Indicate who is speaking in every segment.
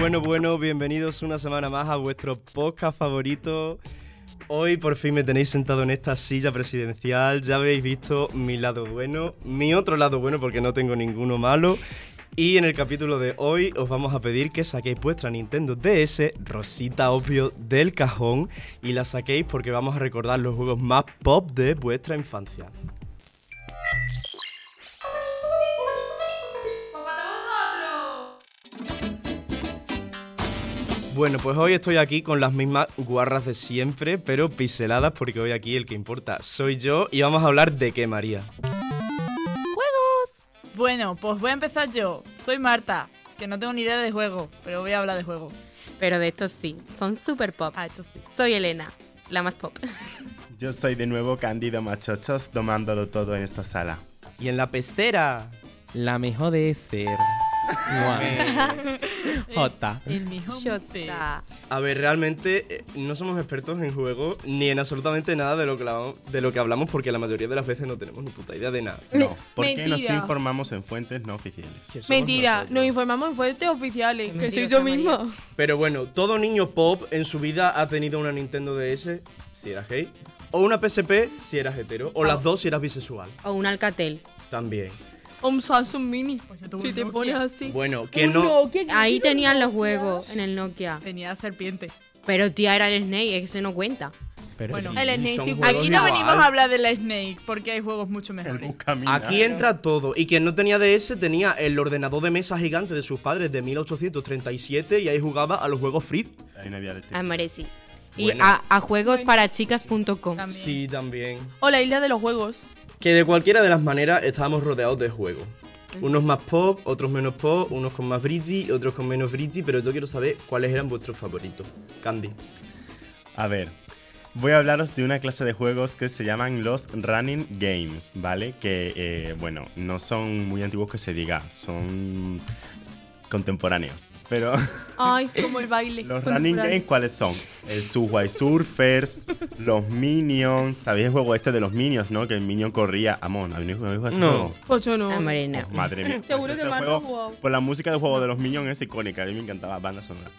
Speaker 1: Bueno, bueno, bienvenidos una semana más a vuestro podcast favorito. Hoy por fin me tenéis sentado en esta silla presidencial. Ya habéis visto mi lado bueno, mi otro lado bueno porque no tengo ninguno malo. Y en el capítulo de hoy os vamos a pedir que saquéis vuestra Nintendo DS, Rosita Obvio, del cajón y la saquéis porque vamos a recordar los juegos más pop de vuestra infancia. Bueno, pues hoy estoy aquí con las mismas guarras de siempre, pero piseladas porque hoy aquí el que importa soy yo y vamos a hablar de qué, María.
Speaker 2: Bueno, pues voy a empezar yo. Soy Marta, que no tengo ni idea de juego, pero voy a hablar de juego.
Speaker 3: Pero de estos sí, son super pop.
Speaker 2: Ah, esto sí.
Speaker 3: Soy Elena, la más pop.
Speaker 4: Yo soy de nuevo Cándido Machochos, domándolo todo en esta sala.
Speaker 1: Y en la pecera.
Speaker 5: La mejor de ser. Jota.
Speaker 2: El mijo mute.
Speaker 3: Shota.
Speaker 1: A ver, realmente eh, no somos expertos en juego ni en absolutamente nada de lo, que hablamos, de lo que hablamos porque la mayoría de las veces no tenemos ni puta idea de nada.
Speaker 4: No, porque nos
Speaker 6: Mentira.
Speaker 4: informamos en fuentes no oficiales.
Speaker 1: Que somos
Speaker 6: Mentira,
Speaker 1: nosotros.
Speaker 6: nos informamos en fuentes oficiales, que soy
Speaker 3: Mentirosa,
Speaker 6: yo
Speaker 3: María.
Speaker 6: misma.
Speaker 1: Pero bueno, todo niño pop en su vida ha tenido una Nintendo DS si eras gay, o una PSP si eras hetero, o
Speaker 6: Ah.
Speaker 1: las dos si eras bisexual.
Speaker 3: O un Alcatel.
Speaker 1: También.
Speaker 6: Un Samsung Mini,
Speaker 2: Pues yo tuve
Speaker 6: si
Speaker 2: un
Speaker 6: te
Speaker 2: Nokia.
Speaker 6: pones así.
Speaker 1: Bueno, que
Speaker 6: Un
Speaker 1: no.
Speaker 6: Nokia, yo
Speaker 3: Ahí
Speaker 6: quiero un
Speaker 3: tenían los
Speaker 6: Nokia.
Speaker 3: juegos en el Nokia.
Speaker 2: Tenía serpiente.
Speaker 3: Pero tía era el Snake, eso no cuenta.
Speaker 5: Pero
Speaker 2: Bueno,
Speaker 5: sí.
Speaker 6: El Snake
Speaker 1: son
Speaker 6: sí-
Speaker 1: juegos
Speaker 2: Aquí
Speaker 1: igual.
Speaker 2: no venimos a hablar de la Snake, porque hay juegos mucho
Speaker 4: El
Speaker 2: mejores.
Speaker 4: buscamina.
Speaker 1: Aquí entra todo. Y quien no tenía DS tenía el ordenador de mesa gigante de sus padres de 1837 y ahí jugaba a los juegos free.
Speaker 4: Ahí no había electricidad.
Speaker 3: A Maresi. Ah, Y
Speaker 1: Bueno.
Speaker 3: a, a juegosparachicas.com.
Speaker 2: También.
Speaker 1: Sí, también.
Speaker 6: O la isla de los juegos.
Speaker 1: Que de cualquiera de las maneras estábamos rodeados de juegos. Unos más pop, otros menos pop, unos con más britty, otros con menos britty, pero yo quiero saber cuáles eran vuestros favoritos. Candy.
Speaker 4: A ver, voy a hablaros de una clase de juegos que se llaman los Running Games, ¿vale? Que, eh, bueno, no son muy antiguos que se diga, son contemporáneos. Pero
Speaker 6: Ay, como el baile.
Speaker 4: los Running Games, ¿cuáles son? El Subway Surfers, los Minions. ¿Sabéis el juego este de los Minions, no? Que el Minion corría. Amón, ¿habéis jugado a ese
Speaker 1: No.
Speaker 4: juego?
Speaker 6: Pues yo no.
Speaker 3: A Marina.
Speaker 4: Oh, madre mía.
Speaker 6: Seguro que
Speaker 4: Este
Speaker 6: Marta
Speaker 4: juego,
Speaker 6: ha jugado.
Speaker 4: Pues la música del juego de los Minions es icónica. A mí me encantaba banda sonora.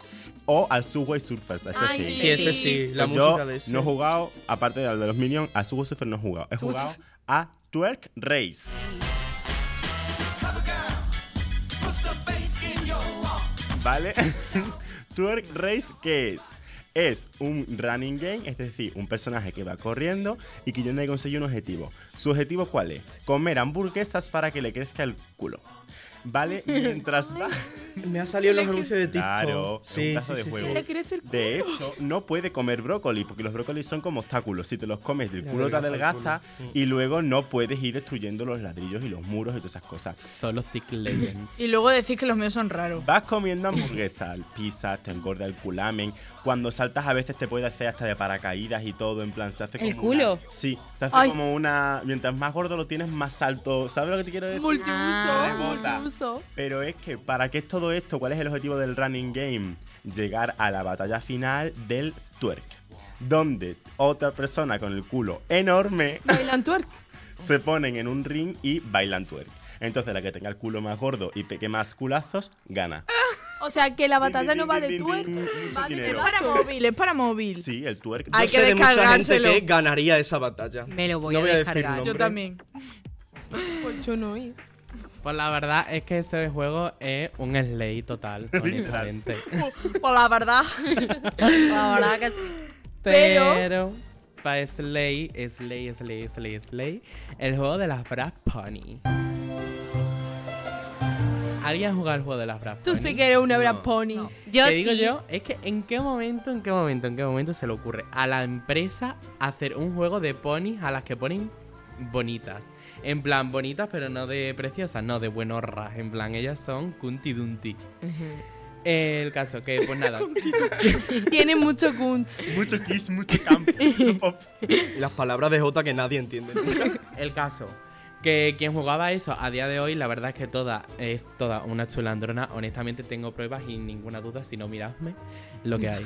Speaker 4: O al Subway Surfers. a ese
Speaker 6: Ay,
Speaker 4: sí.
Speaker 6: Sí, ese sí,
Speaker 4: Pues yo no he jugado, aparte de, de los Minions, a Subway Surfers no he jugado. He
Speaker 2: Subway
Speaker 4: jugado a Twerk Race. ¿Vale? Twerk Race, ¿qué es? Es un running game, es decir, un personaje que va corriendo y que tiene que conseguir un objetivo. ¿Su objetivo cuál es? Comer hamburguesas para que le crezca el culo. ¿Vale? Mientras va...
Speaker 1: Me ha salido los anuncios de TikTok.
Speaker 4: Claro, es un
Speaker 1: sí,
Speaker 4: caso
Speaker 1: sí,
Speaker 4: de
Speaker 1: sí,
Speaker 4: juego.
Speaker 1: sí.
Speaker 6: Le crece el culo.
Speaker 4: De hecho, no puede comer brócoli, porque los brócolis son como obstáculos. Si te los comes, el
Speaker 1: Le
Speaker 4: culo te
Speaker 1: adelgaza el
Speaker 4: adelgaza
Speaker 1: culo. Mm.
Speaker 4: y luego no puedes ir destruyendo los ladrillos y los muros y todas esas cosas.
Speaker 5: Solo Thick Legends.
Speaker 2: Y luego decís que los míos son raros.
Speaker 4: Vas comiendo hamburguesas, pizza, te engorda el culamen. Cuando saltas a veces te puede hacer hasta de paracaídas y todo, en plan, se hace
Speaker 3: ¿El
Speaker 4: como una-
Speaker 3: culo?
Speaker 4: sí, se hace
Speaker 6: Ay.
Speaker 4: como una... Mientras más gordo lo tienes, más alto. ¿Sabes lo que te quiero decir?
Speaker 6: Multiuso,
Speaker 3: Ah.
Speaker 6: multiuso.
Speaker 4: Pero es que, ¿para qué es todo esto? ¿Cuál es el objetivo del running game? Llegar a la batalla final del twerk. Donde otra persona con el culo enorme
Speaker 6: Bailan twerk.
Speaker 4: se ponen en un ring y bailan twerk. Entonces la que tenga el culo más gordo y peque más culazos, gana.
Speaker 6: O sea, que la batalla
Speaker 4: Din,
Speaker 6: no
Speaker 4: din,
Speaker 6: va
Speaker 4: din,
Speaker 6: de
Speaker 4: din,
Speaker 6: twerk.
Speaker 4: din,
Speaker 6: va
Speaker 4: mucho
Speaker 6: de
Speaker 4: dinero.
Speaker 2: Para móvil, es para móvil.
Speaker 4: Sí, el twerk.
Speaker 1: Yo
Speaker 2: Hay
Speaker 1: sé
Speaker 2: que
Speaker 1: de mucha gente
Speaker 2: descargárselo.
Speaker 1: que ganaría esa batalla.
Speaker 3: Me lo voy
Speaker 1: No
Speaker 3: a
Speaker 1: voy a decir
Speaker 3: descargar.
Speaker 1: nombre.
Speaker 2: Yo también.
Speaker 6: Pues yo no. eh.
Speaker 5: Pues la verdad es que ese juego es un slay total, honestamente.
Speaker 2: Pues la verdad,
Speaker 3: La verdad que sí.
Speaker 2: Pero-
Speaker 5: Pero para slay, slay, slay, slay, slay, el juego de las Brass Pony. ¿Alguien ha jugado el juego de las Brass Pony?
Speaker 6: Tú sí que eres una
Speaker 5: No.
Speaker 6: bra pony.
Speaker 3: Yo
Speaker 5: Te digo
Speaker 3: sí.
Speaker 5: yo, es que en qué momento, en qué momento, en qué momento se le ocurre a la empresa hacer un juego de ponis a las que ponen bonitas. En plan, bonitas, pero no de preciosas, no de buenorras. En plan, ellas son Kunti Dunti.
Speaker 3: Ujú.
Speaker 5: El caso que, pues nada.
Speaker 6: Tiene mucho gunch.
Speaker 4: Mucho kiss, mucho campo, mucho pop.
Speaker 1: Las palabras de Jota que nadie entiende.
Speaker 5: El caso. Que quien jugaba eso a día de hoy, la verdad es que toda es toda una chulandrona. Honestamente, tengo pruebas y ninguna duda. Si no, miradme lo que hay.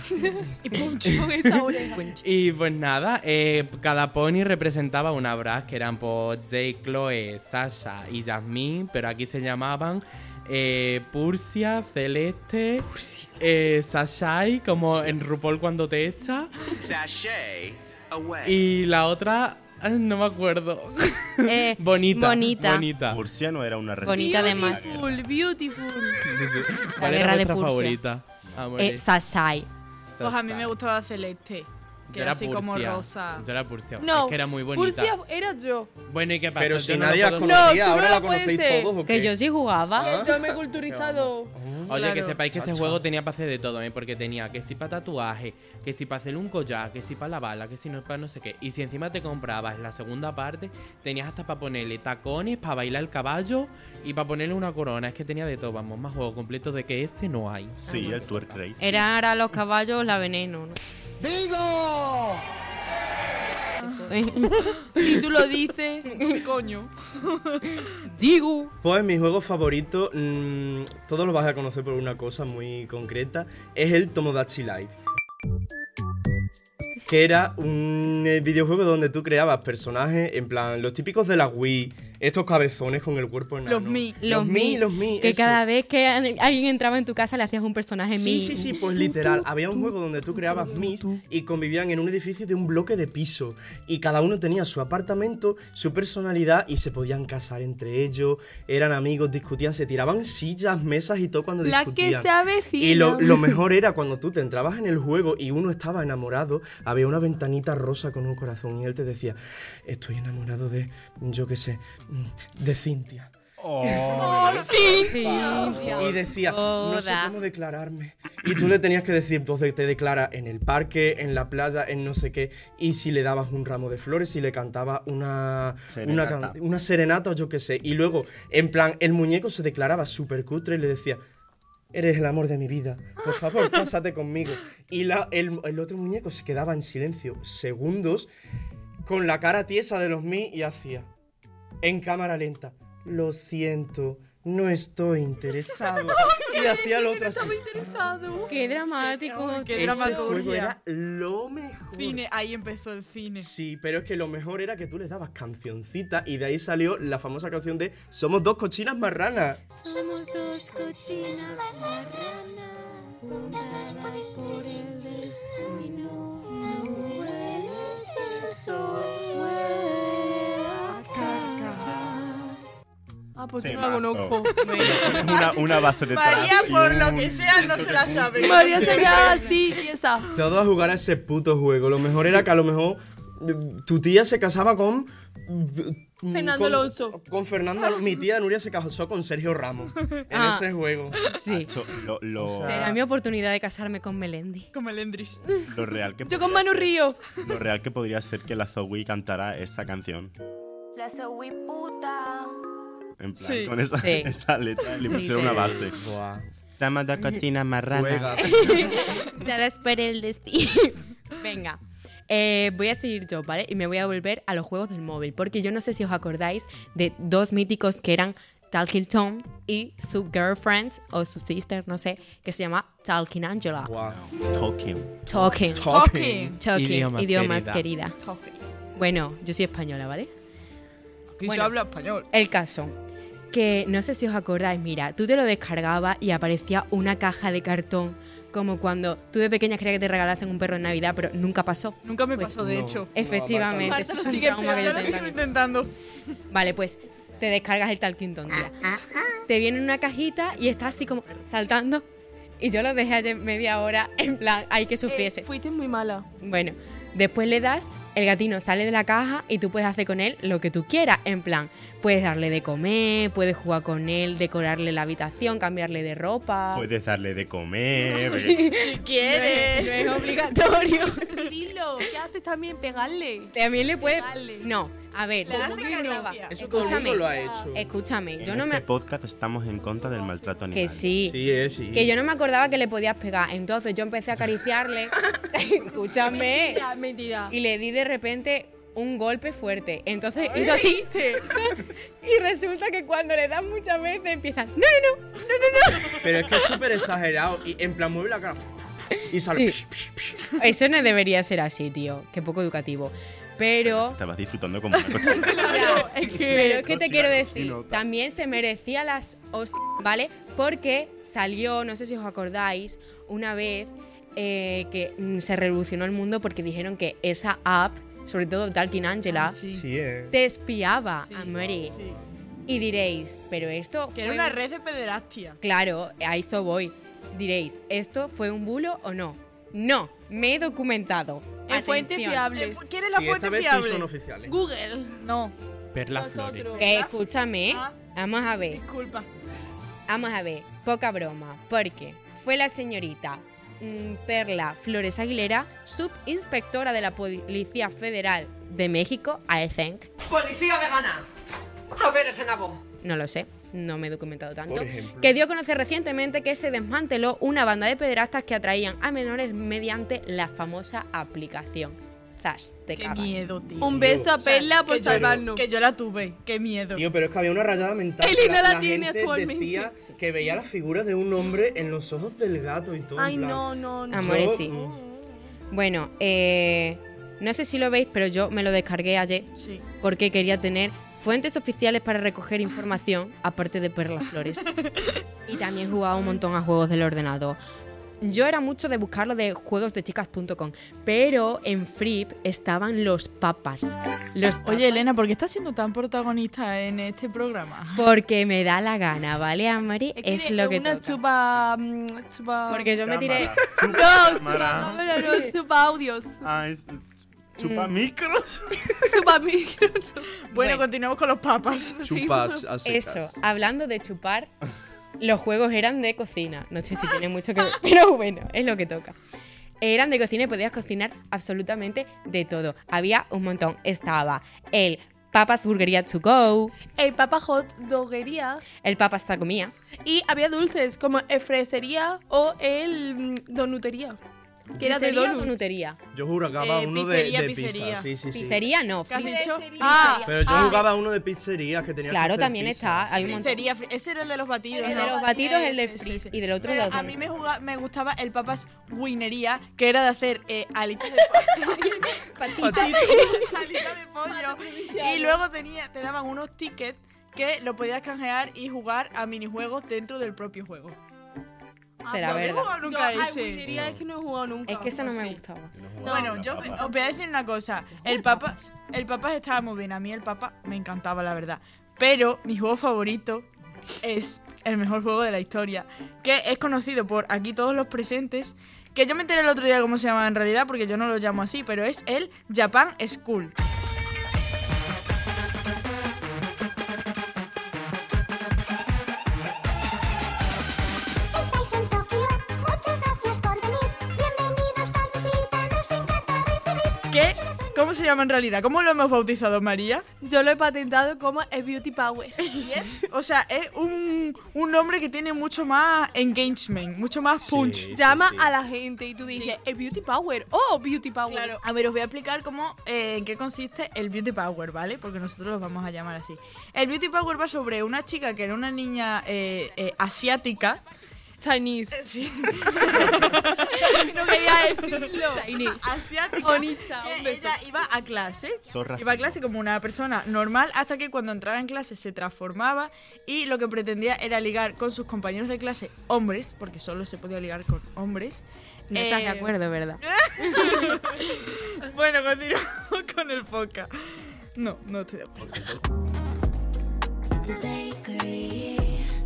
Speaker 6: Y punch con esa oreja.
Speaker 5: Y pues nada, eh, cada pony representaba una bras que eran por Jay, Chloe, Sasha y Jasmine, pero aquí se llamaban eh, Pursia, Celeste, eh, Sashai, como en RuPaul cuando te echa.
Speaker 7: Sashay away.
Speaker 5: Y la otra, ah, no me acuerdo.
Speaker 3: Eh,
Speaker 5: bonita.
Speaker 3: Bonita.
Speaker 5: Bonita.
Speaker 4: Murcia no era una región.
Speaker 3: Bonita de más.
Speaker 6: Beautiful, beautiful.
Speaker 5: ¿Cuál era
Speaker 3: guerra de
Speaker 5: vuestra
Speaker 3: Pursia.
Speaker 5: favorita? Ah, Amore.
Speaker 3: Eh, Sasai.
Speaker 2: Pues a mí me
Speaker 5: Sasai.
Speaker 2: gustaba Celeste, que era
Speaker 5: Yo era
Speaker 2: así como
Speaker 5: Pursia.
Speaker 2: rosa.
Speaker 5: Yo era Pursia.
Speaker 6: No,
Speaker 5: Es que era muy bonita.
Speaker 6: Purcia era yo.
Speaker 5: Bueno, ¿y qué pasa?
Speaker 1: Pero
Speaker 5: Yo
Speaker 1: si
Speaker 5: no lo
Speaker 1: nadie las
Speaker 5: puedo-
Speaker 6: conoce.
Speaker 1: conocía,
Speaker 6: No, tú
Speaker 1: ahora
Speaker 6: no
Speaker 1: la
Speaker 6: lo puedes
Speaker 1: conocéis
Speaker 6: ser.
Speaker 1: todos. ¿o
Speaker 3: Que
Speaker 1: qué?
Speaker 3: yo sí
Speaker 5: Ah.
Speaker 3: jugaba.
Speaker 6: Yo me he culturizado.
Speaker 5: Oh, Oye, que
Speaker 2: Claro.
Speaker 5: sepáis que ese
Speaker 1: Chacha.
Speaker 5: juego tenía para hacer de todo, ¿eh? Porque tenía que si para tatuaje, que si para hacer un collar, que si para la bala, que si no para no sé qué. Y si encima te comprabas la segunda parte, tenías hasta para ponerle tacones, para bailar el caballo y para ponerle una corona. Es que tenía de todo, vamos, más juego completo de que ese no hay.
Speaker 4: Sí, el Twerk Race.
Speaker 3: Era ahora los caballos, la veneno. ¿no?
Speaker 6: Si tú lo dices,
Speaker 2: coño?
Speaker 3: Digo.
Speaker 1: Pues mi juego favorito, mm, todos lo vas a conocer por una cosa muy concreta, es el Tomodachi Live. Que era un eh, videojuego donde tú creabas personajes, en plan, los típicos de la Wii, estos cabezones con el cuerpo enano.
Speaker 2: Los Mi.
Speaker 1: Los Mi, los Mi.
Speaker 3: Que
Speaker 1: eso.
Speaker 3: cada vez que an- alguien entraba en tu casa le hacías un personaje
Speaker 1: Sí,
Speaker 3: Mi.
Speaker 1: sí, sí, pues literal. Había un juego donde tú creabas mis y convivían en un edificio de un bloque de piso. Y cada uno tenía su apartamento, su personalidad y se podían casar entre ellos. Eran amigos, discutían, se tiraban sillas, mesas y todo cuando
Speaker 6: la que
Speaker 1: discutían.
Speaker 6: se avecina.
Speaker 1: Y lo, lo mejor era cuando tú te entrabas en el juego y uno estaba enamorado, había una ventanita rosa con un corazón y él te decía, estoy enamorado de, yo qué sé, mm, de Cintia.
Speaker 4: Oh,
Speaker 3: Sí.
Speaker 1: Y decía, no sé
Speaker 3: Toda.
Speaker 1: cómo declararme. Y tú le tenías que decir, pues te declara en el parque, en la playa, en no sé qué. Y si le dabas un ramo de flores, y le cantaba una una,
Speaker 4: Serenata.
Speaker 1: can- una serenata o yo qué sé. Y luego, en plan, el muñeco se declaraba súper cutre y le decía, eres el amor de mi vida, por favor, cásate conmigo. Y la- el, el otro muñeco se quedaba en silencio segundos con la cara tiesa de los mí y hacía en cámara lenta. Lo siento, no estoy interesado. y hacía lo otro así.
Speaker 6: Estaba interesado.
Speaker 3: Qué dramático.
Speaker 2: Qué
Speaker 1: Ese juego
Speaker 2: dramaturgia.
Speaker 1: era lo mejor.
Speaker 2: Cine, ahí empezó el cine.
Speaker 1: Sí, pero es que lo mejor era que tú les dabas cancioncita y de ahí salió la famosa canción de Somos dos cochinas marranas.
Speaker 8: Somos dos cochinas marranas, fundadas por el destino. No hueles a sol, huele
Speaker 2: Ah,
Speaker 8: a caca.
Speaker 6: Ah, pues yo no
Speaker 4: Temazo.
Speaker 6: la conozco.
Speaker 4: Una, una base de trap Mm.
Speaker 2: María,
Speaker 4: y
Speaker 2: por lo
Speaker 4: un-
Speaker 2: que sea, no se la sabe.
Speaker 6: María se queda así y esa.
Speaker 1: Todos a jugar a ese puto juego. Lo mejor era que a lo mejor eh, tu tía se casaba con. mm,
Speaker 6: Fernando
Speaker 1: con-
Speaker 6: Alonso.
Speaker 1: Con Fernando Alonso. Mi tía Nuria se casó con Sergio Ramos en
Speaker 3: Ah.
Speaker 1: ese juego.
Speaker 3: Sí.
Speaker 4: Acho, lo, lo-
Speaker 3: Será mi oportunidad de casarme con Melendi.
Speaker 2: Como el Endris.
Speaker 4: lo real que
Speaker 6: Yo
Speaker 4: podría
Speaker 6: con Manu
Speaker 4: ser-
Speaker 6: Río.
Speaker 4: Lo real que podría ser que la Zoe cantara esa canción.
Speaker 8: La soy puta.
Speaker 4: En plan,
Speaker 2: Sí.
Speaker 4: con esa,
Speaker 3: Sí.
Speaker 4: esa letra le
Speaker 3: sí.
Speaker 4: pusieron una base.
Speaker 5: Buah.
Speaker 4: Somos dos
Speaker 1: Juega.
Speaker 4: cochinas marranas.
Speaker 3: Nada espera el destino. Venga. eh, voy a seguir yo, ¿vale? Y me voy a volver a los juegos del móvil. Porque yo no sé si os acordáis de dos míticos que eran Talking Tom y su girlfriend o su sister, no sé, que se llama Talking Angela.
Speaker 1: Guau.
Speaker 4: Talking.
Speaker 3: Talking.
Speaker 2: Talking.
Speaker 3: Talking.
Speaker 5: Idiomas,
Speaker 3: Idiomas,
Speaker 5: querida.
Speaker 3: querida.
Speaker 2: Talking.
Speaker 3: Bueno, yo soy española, ¿vale?
Speaker 2: Y
Speaker 3: Bueno.
Speaker 2: yo hablo español.
Speaker 3: El caso. Que no sé si os acordáis, mira, tú te lo descargabas y aparecía una caja de cartón. Como cuando tú de pequeña creías que te regalasen un perro en Navidad, pero nunca pasó.
Speaker 2: Nunca me
Speaker 3: Pues
Speaker 2: pasó, de
Speaker 1: no.
Speaker 2: hecho.
Speaker 3: Efectivamente,
Speaker 6: Marta
Speaker 3: eso
Speaker 6: lo
Speaker 3: es un
Speaker 6: sigue
Speaker 3: trauma que yo
Speaker 2: Yo lo
Speaker 6: esperando.
Speaker 3: tengo.
Speaker 2: sigo intentando.
Speaker 3: Vale, pues te descargas el Talking Tom, tía. Te viene en una cajita y estás así como saltando. Y yo lo dejé ayer media hora en plan, hay que sufriese.
Speaker 6: Eh, fuiste muy mala.
Speaker 3: Bueno, después le das, el gatino sale de la caja y tú puedes hacer con él lo que tú quieras. En plan, puedes darle de comer, puedes jugar con él, decorarle la habitación, cambiarle de ropa.
Speaker 4: Puedes darle de comer.
Speaker 2: Si
Speaker 3: No es,
Speaker 2: quieres.
Speaker 3: no es obligatorio.
Speaker 6: Y Dilo, ¿qué haces también? Pegarle.
Speaker 3: También le puedes.
Speaker 6: Dale.
Speaker 3: No, a ver,
Speaker 2: Le
Speaker 3: ¿cómo
Speaker 2: hace
Speaker 3: que no va?
Speaker 2: caricia.
Speaker 1: Eso todo el
Speaker 3: Escúchame,
Speaker 1: mundo lo ha hecho.
Speaker 3: escúchame, yo
Speaker 4: en
Speaker 3: no
Speaker 4: este
Speaker 3: me.
Speaker 4: podcast estamos en contra del maltrato animal.
Speaker 3: Que sí.
Speaker 1: Sí, es, sí.
Speaker 3: Que yo no me acordaba que le podías pegar. Entonces yo empecé a acariciarle. Escúchame.
Speaker 6: Mentira, mentira.
Speaker 3: y le di de repente un golpe fuerte. Entonces hizo así. y resulta que cuando le das muchas veces empiezan. No, no, no.
Speaker 1: Pero es que es súper exagerado. Y en plan, mueve la cara. Y sale.
Speaker 3: Sí. Eso no debería ser así, tío. Qué poco educativo. Pero,
Speaker 4: Estabas disfrutando como una cochina.
Speaker 3: Claro, es que, pero es que te
Speaker 4: Cochina,
Speaker 3: quiero decir,
Speaker 4: cochinota.
Speaker 3: también se merecía las hostias, ¿vale? Porque salió, no sé si os acordáis, una vez eh, que mm, se revolucionó el mundo porque dijeron que esa app, sobre todo Talking Angela,
Speaker 2: Sí.
Speaker 1: Sí, eh.
Speaker 3: te espiaba a Mary.
Speaker 2: Sí.
Speaker 3: Y diréis, pero esto.
Speaker 2: Que era
Speaker 3: fue
Speaker 2: una
Speaker 3: un-
Speaker 2: red de pederastia.
Speaker 3: Claro, a eso voy. Diréis, ¿esto fue un bulo o no? No, me he documentado.
Speaker 6: En fuentes
Speaker 3: Atención.
Speaker 6: fiables.
Speaker 2: ¿Quién es Eh, la
Speaker 1: Sí,
Speaker 2: fuente
Speaker 1: esta vez sí
Speaker 2: fiable?
Speaker 1: son oficiales.
Speaker 6: Google.
Speaker 2: no.
Speaker 5: Perla Flores.
Speaker 6: Nosotros.
Speaker 3: Que escúchame,
Speaker 2: Ah,
Speaker 3: vamos a ver.
Speaker 2: disculpa.
Speaker 3: Vamos a ver, poca broma, porque fue la señorita mm, Perla Flores Aguilera, subinspectora de la Policía Federal de México, E I think.
Speaker 9: Policía vegana. A ver ese nabo.
Speaker 3: No lo sé, no me he documentado tanto.
Speaker 1: Por ejemplo.
Speaker 3: Que dio a conocer recientemente que se desmanteló una banda de pederastas que atraían a menores mediante la famosa aplicación. Zas, te
Speaker 2: Qué
Speaker 3: cagas.
Speaker 2: miedo, tío.
Speaker 6: Un beso a
Speaker 2: O sea,
Speaker 6: Perla por
Speaker 2: que yo-
Speaker 6: salvarnos.
Speaker 2: Que yo la tuve. Qué miedo.
Speaker 1: Tío, pero es que había una rayada mental.
Speaker 6: Eli no
Speaker 1: La-
Speaker 6: la
Speaker 1: la
Speaker 6: tiene
Speaker 1: gente
Speaker 6: actualmente.
Speaker 1: decía que veía la figura de un hombre en los ojos del gato y todo. en
Speaker 6: Ay,
Speaker 1: plan,
Speaker 6: no, no, no.
Speaker 3: Amores,
Speaker 1: yo,
Speaker 3: sí.
Speaker 1: mm,
Speaker 3: Bueno, eh, no sé si lo veis, pero yo me lo descargué ayer
Speaker 2: Sí.
Speaker 3: porque quería tener fuentes oficiales para recoger información, aparte de Perlas Flores. Y también jugaba un montón a juegos del ordenador. Yo era mucho de buscarlo de juegosdechicas.com, pero en Flip estaban los papas. Los papas
Speaker 2: Oye, Elena, ¿por qué estás siendo tan protagonista en este programa?
Speaker 3: Porque me da la gana, ¿vale, Amari? Es, lo que
Speaker 6: una
Speaker 3: toca.
Speaker 6: chupa. mm, chupa.
Speaker 3: Porque yo me tiré...
Speaker 4: Cámara,
Speaker 6: No, chupa
Speaker 4: cámara.
Speaker 6: cámara, no, chupa audios.
Speaker 4: Ah, es- Chupa
Speaker 6: Mm.
Speaker 4: micros.
Speaker 6: Chupa micro.
Speaker 2: Bueno,
Speaker 3: Bueno.
Speaker 2: continuamos con los papas.
Speaker 1: Chupas a secas.
Speaker 3: Eso, hablando de chupar, los juegos eran de cocina. No sé si tiene mucho que ver, pero bueno, es lo que toca. Eran de cocina y podías cocinar absolutamente de todo. Había un montón. Estaba el Papas Burguería to go,
Speaker 6: El papa hot doguería.
Speaker 3: el Papas Tacomía.
Speaker 6: Y había dulces como el fresería o el mm, donutería. Que era de
Speaker 3: ¿Pizzería o
Speaker 6: donut.
Speaker 3: nutería?
Speaker 1: Yo jugaba
Speaker 2: Eh,
Speaker 1: uno
Speaker 2: pizzería,
Speaker 1: de, de
Speaker 2: pizzería.
Speaker 1: pizza. Sí, sí, sí.
Speaker 3: Pizzería no.
Speaker 2: ¿Qué has
Speaker 3: fri-
Speaker 2: dicho?
Speaker 6: Pizzería.
Speaker 2: Ah,
Speaker 1: Pero yo
Speaker 2: ah,
Speaker 1: jugaba uno de pizzerías que tenía
Speaker 3: Claro,
Speaker 1: que hacer
Speaker 3: también
Speaker 1: pizza.
Speaker 3: está. Hay un montón.
Speaker 2: pizzería, fri- ese era el de los batidos.
Speaker 3: El de
Speaker 2: ¿no? eh,
Speaker 3: los batidos, el del
Speaker 2: Sí, sí,
Speaker 3: frizz
Speaker 2: sí.
Speaker 3: y del otro
Speaker 2: Pero
Speaker 3: de
Speaker 2: A
Speaker 3: donut.
Speaker 2: mí me, juga- me gustaba el papas winería, que era de hacer eh, alitas de pollo.
Speaker 1: Patito.
Speaker 2: alitas de
Speaker 6: Ah,
Speaker 2: pollo.
Speaker 6: provinciano.
Speaker 2: Y luego tenía, te daban unos tickets que lo podías canjear y jugar a minijuegos dentro del propio juego.
Speaker 3: Será
Speaker 2: no,
Speaker 3: verdad.
Speaker 2: No he jugado
Speaker 6: Yo
Speaker 2: nunca a
Speaker 6: al
Speaker 2: ese.
Speaker 6: winería es que no he jugado nunca.
Speaker 3: Es que eso no me
Speaker 2: Sí.
Speaker 3: gustaba.
Speaker 2: Bueno, yo ve- os voy a decir una cosa. El papa, el papa estaba muy bien. A mí el papa me encantaba, la verdad. Pero mi juego favorito es el mejor juego de la historia, que es conocido por aquí todos los presentes. Que yo me enteré el otro día cómo se llama en realidad, porque yo no lo llamo así, pero es el Japan School.
Speaker 8: Estáis en Tokio, muchas gracias por venir. Bienvenidos tal visita, nos encanta recibir.
Speaker 2: ¿Qué? ¿Cómo se llama en realidad? ¿Cómo lo hemos bautizado, María?
Speaker 6: Yo lo he patentado como el Beauty Power.
Speaker 2: Y es, o sea, es un, un nombre que tiene mucho más engagement, mucho más punch.
Speaker 1: Sí, sí,
Speaker 6: Llama
Speaker 1: sí.
Speaker 6: a la gente y tú dices, el Beauty Power. Oh, Beauty Power.
Speaker 2: Claro, a ver, os voy a explicar cómo, eh, en qué consiste el Beauty Power, ¿vale? Porque nosotros los vamos a llamar así. El Beauty Power va sobre una chica que era una niña eh, eh, asiática.
Speaker 6: Chinese.
Speaker 2: Sí.
Speaker 6: no quería decirlo.
Speaker 2: asiática.
Speaker 6: Onicha,
Speaker 2: que
Speaker 6: un beso.
Speaker 2: Ella iba a clase.
Speaker 4: Zorra.
Speaker 2: Iba a clase como una persona normal hasta que cuando entraba en clase se transformaba y lo que pretendía era ligar con sus compañeros de clase hombres, porque solo se podía ligar con hombres.
Speaker 3: No estás de
Speaker 2: Eh,
Speaker 3: acuerdo, ¿verdad?
Speaker 2: Bueno, continuamos con el podcast. No, no estoy de acuerdo.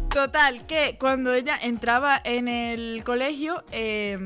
Speaker 2: Total, que cuando ella entraba en el colegio eh,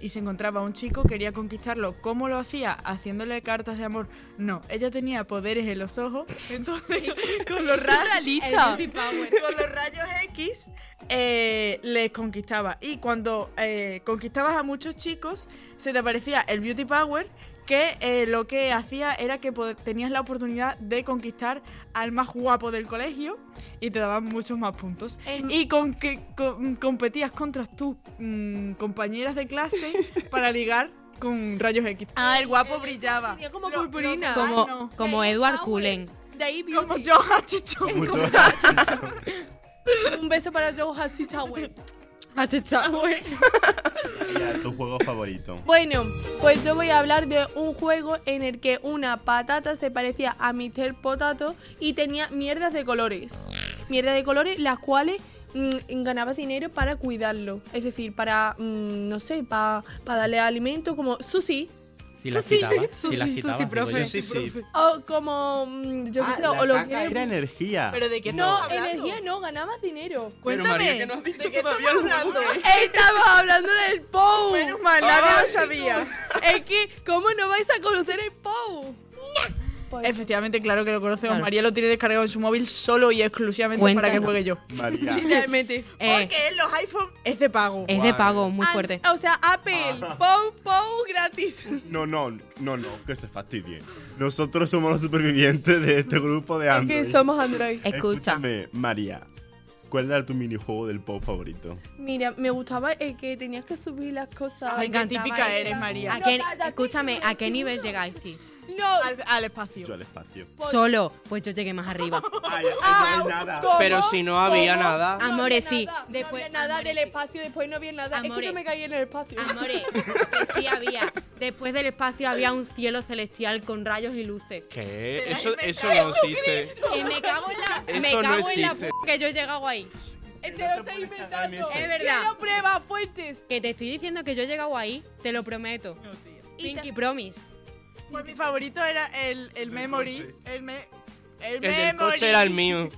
Speaker 2: y se encontraba un chico, quería conquistarlo. ¿Cómo lo hacía? Haciéndole cartas de amor. No, ella tenía poderes en los ojos, entonces con los rayos,
Speaker 6: Realista.
Speaker 2: con los rayos X eh, les conquistaba. Y cuando eh, conquistabas a muchos chicos, se te aparecía el Beauty Power, que eh, lo que hacía era que pod- tenías la oportunidad de conquistar al más guapo del colegio y te daban muchos más puntos
Speaker 6: En-
Speaker 2: y con que con- competías contra tus mm, compañeras de clase para ligar con rayos X. Ah, el guapo brillaba.
Speaker 6: Tenía como
Speaker 2: Lo- lo-
Speaker 6: purpurina.
Speaker 3: Como,
Speaker 2: no.
Speaker 3: como
Speaker 6: Beauty
Speaker 3: Eduard
Speaker 6: Power.
Speaker 3: Cullen.
Speaker 6: De ahí Beauty.
Speaker 2: Como yo, Chicho.
Speaker 4: Mucho.
Speaker 6: Un beso para Joe Hattie Tower.
Speaker 3: Ah, chucha, güey.
Speaker 4: Ella, tu juego favorito.
Speaker 6: Bueno, pues yo voy a hablar de un juego en el que una patata se parecía a Mr. Potato y tenía mierdas de colores. Mierdas de colores las cuales mm, ganabas dinero para cuidarlo. Es decir, para, mm, no sé, para darle alimento como sushi.
Speaker 5: Si las
Speaker 2: Susi,
Speaker 5: quitaba.
Speaker 2: Susi,
Speaker 5: si las quitaba,
Speaker 2: Susi,
Speaker 5: digo
Speaker 2: profe.
Speaker 5: yo.
Speaker 1: Sí, sí, sí.
Speaker 6: O como, mm, yo qué
Speaker 4: Ah,
Speaker 6: sé, o
Speaker 4: la
Speaker 6: lo
Speaker 4: caca
Speaker 6: que...
Speaker 4: era energía.
Speaker 2: ¿Pero de qué estamos
Speaker 6: No,
Speaker 2: hablando?
Speaker 6: energía no, ganabas dinero.
Speaker 2: Cuéntame.
Speaker 1: Ah. María, que no has dicho
Speaker 2: ¿De qué
Speaker 1: todavía
Speaker 2: estamos
Speaker 1: el
Speaker 2: hablando?
Speaker 6: Estamos hablando del POU.
Speaker 2: Menos mal, nadie lo sabía.
Speaker 6: Es que, ¿cómo no vais a conocer el POU? Pues,
Speaker 2: Efectivamente, claro que lo conocemos.
Speaker 3: Claro.
Speaker 2: María lo tiene descargado en su móvil solo y exclusivamente para que
Speaker 3: Cuéntanos.
Speaker 2: juegue yo.
Speaker 4: María.
Speaker 6: literalmente.
Speaker 3: Eh,
Speaker 2: Porque en los iPhone es de pago.
Speaker 3: es de pago, muy
Speaker 6: An-
Speaker 3: fuerte.
Speaker 6: O sea, Apple,
Speaker 4: Ah.
Speaker 6: POU, POU gratis.
Speaker 4: No, no, no, no, que se fastidie. Nosotros somos los supervivientes de este grupo de Android.
Speaker 6: Que somos Android.
Speaker 3: Escucha.
Speaker 4: Escúchame, María. ¿Cuál era tu minijuego del pop favorito?
Speaker 6: Mira, me gustaba el que tenías que subir las cosas.
Speaker 2: Ay, qué típica
Speaker 3: eso.
Speaker 2: eres, María.
Speaker 3: ¿A qué-
Speaker 6: No, cállate,
Speaker 3: escúchame,
Speaker 6: que no
Speaker 3: ¿a qué
Speaker 6: me
Speaker 3: nivel
Speaker 6: escucha.
Speaker 3: llegáis, sí?
Speaker 6: No,
Speaker 4: Ah,
Speaker 2: Al, al espacio.
Speaker 4: Yo al espacio.
Speaker 3: Solo, pues yo llegué más arriba.
Speaker 4: Ay, ay,
Speaker 3: Ah,
Speaker 4: no hay nada.
Speaker 6: ah, ¿cómo?
Speaker 1: Pero si no había nada.
Speaker 6: había
Speaker 3: Amores, sí.
Speaker 6: nada, No
Speaker 3: Después-
Speaker 6: había nada
Speaker 3: amores,
Speaker 6: del
Speaker 3: sí.
Speaker 6: espacio, después no había nada. Es que
Speaker 3: Amores.
Speaker 6: yo me caí en el espacio.
Speaker 3: Amores, que sí había. Después del espacio había un cielo celestial con rayos y luces.
Speaker 1: ¿Qué? Eso, eso no existe.
Speaker 3: Eh, me cago en la, me
Speaker 1: Eso no
Speaker 3: cago en la
Speaker 1: existe.
Speaker 3: p- que yo he llegado ahí.
Speaker 6: Eh, Te lo estoy inventando.
Speaker 3: Es verdad.
Speaker 6: Quiero pruebas, fuentes.
Speaker 3: Que te estoy diciendo que yo he llegado ahí, te lo prometo.
Speaker 6: Y
Speaker 3: Pinky
Speaker 6: te-
Speaker 3: Promise.
Speaker 2: Pues mi favorito era el, el memory. El me. El,
Speaker 1: El del
Speaker 2: memory.
Speaker 1: coche era el mío.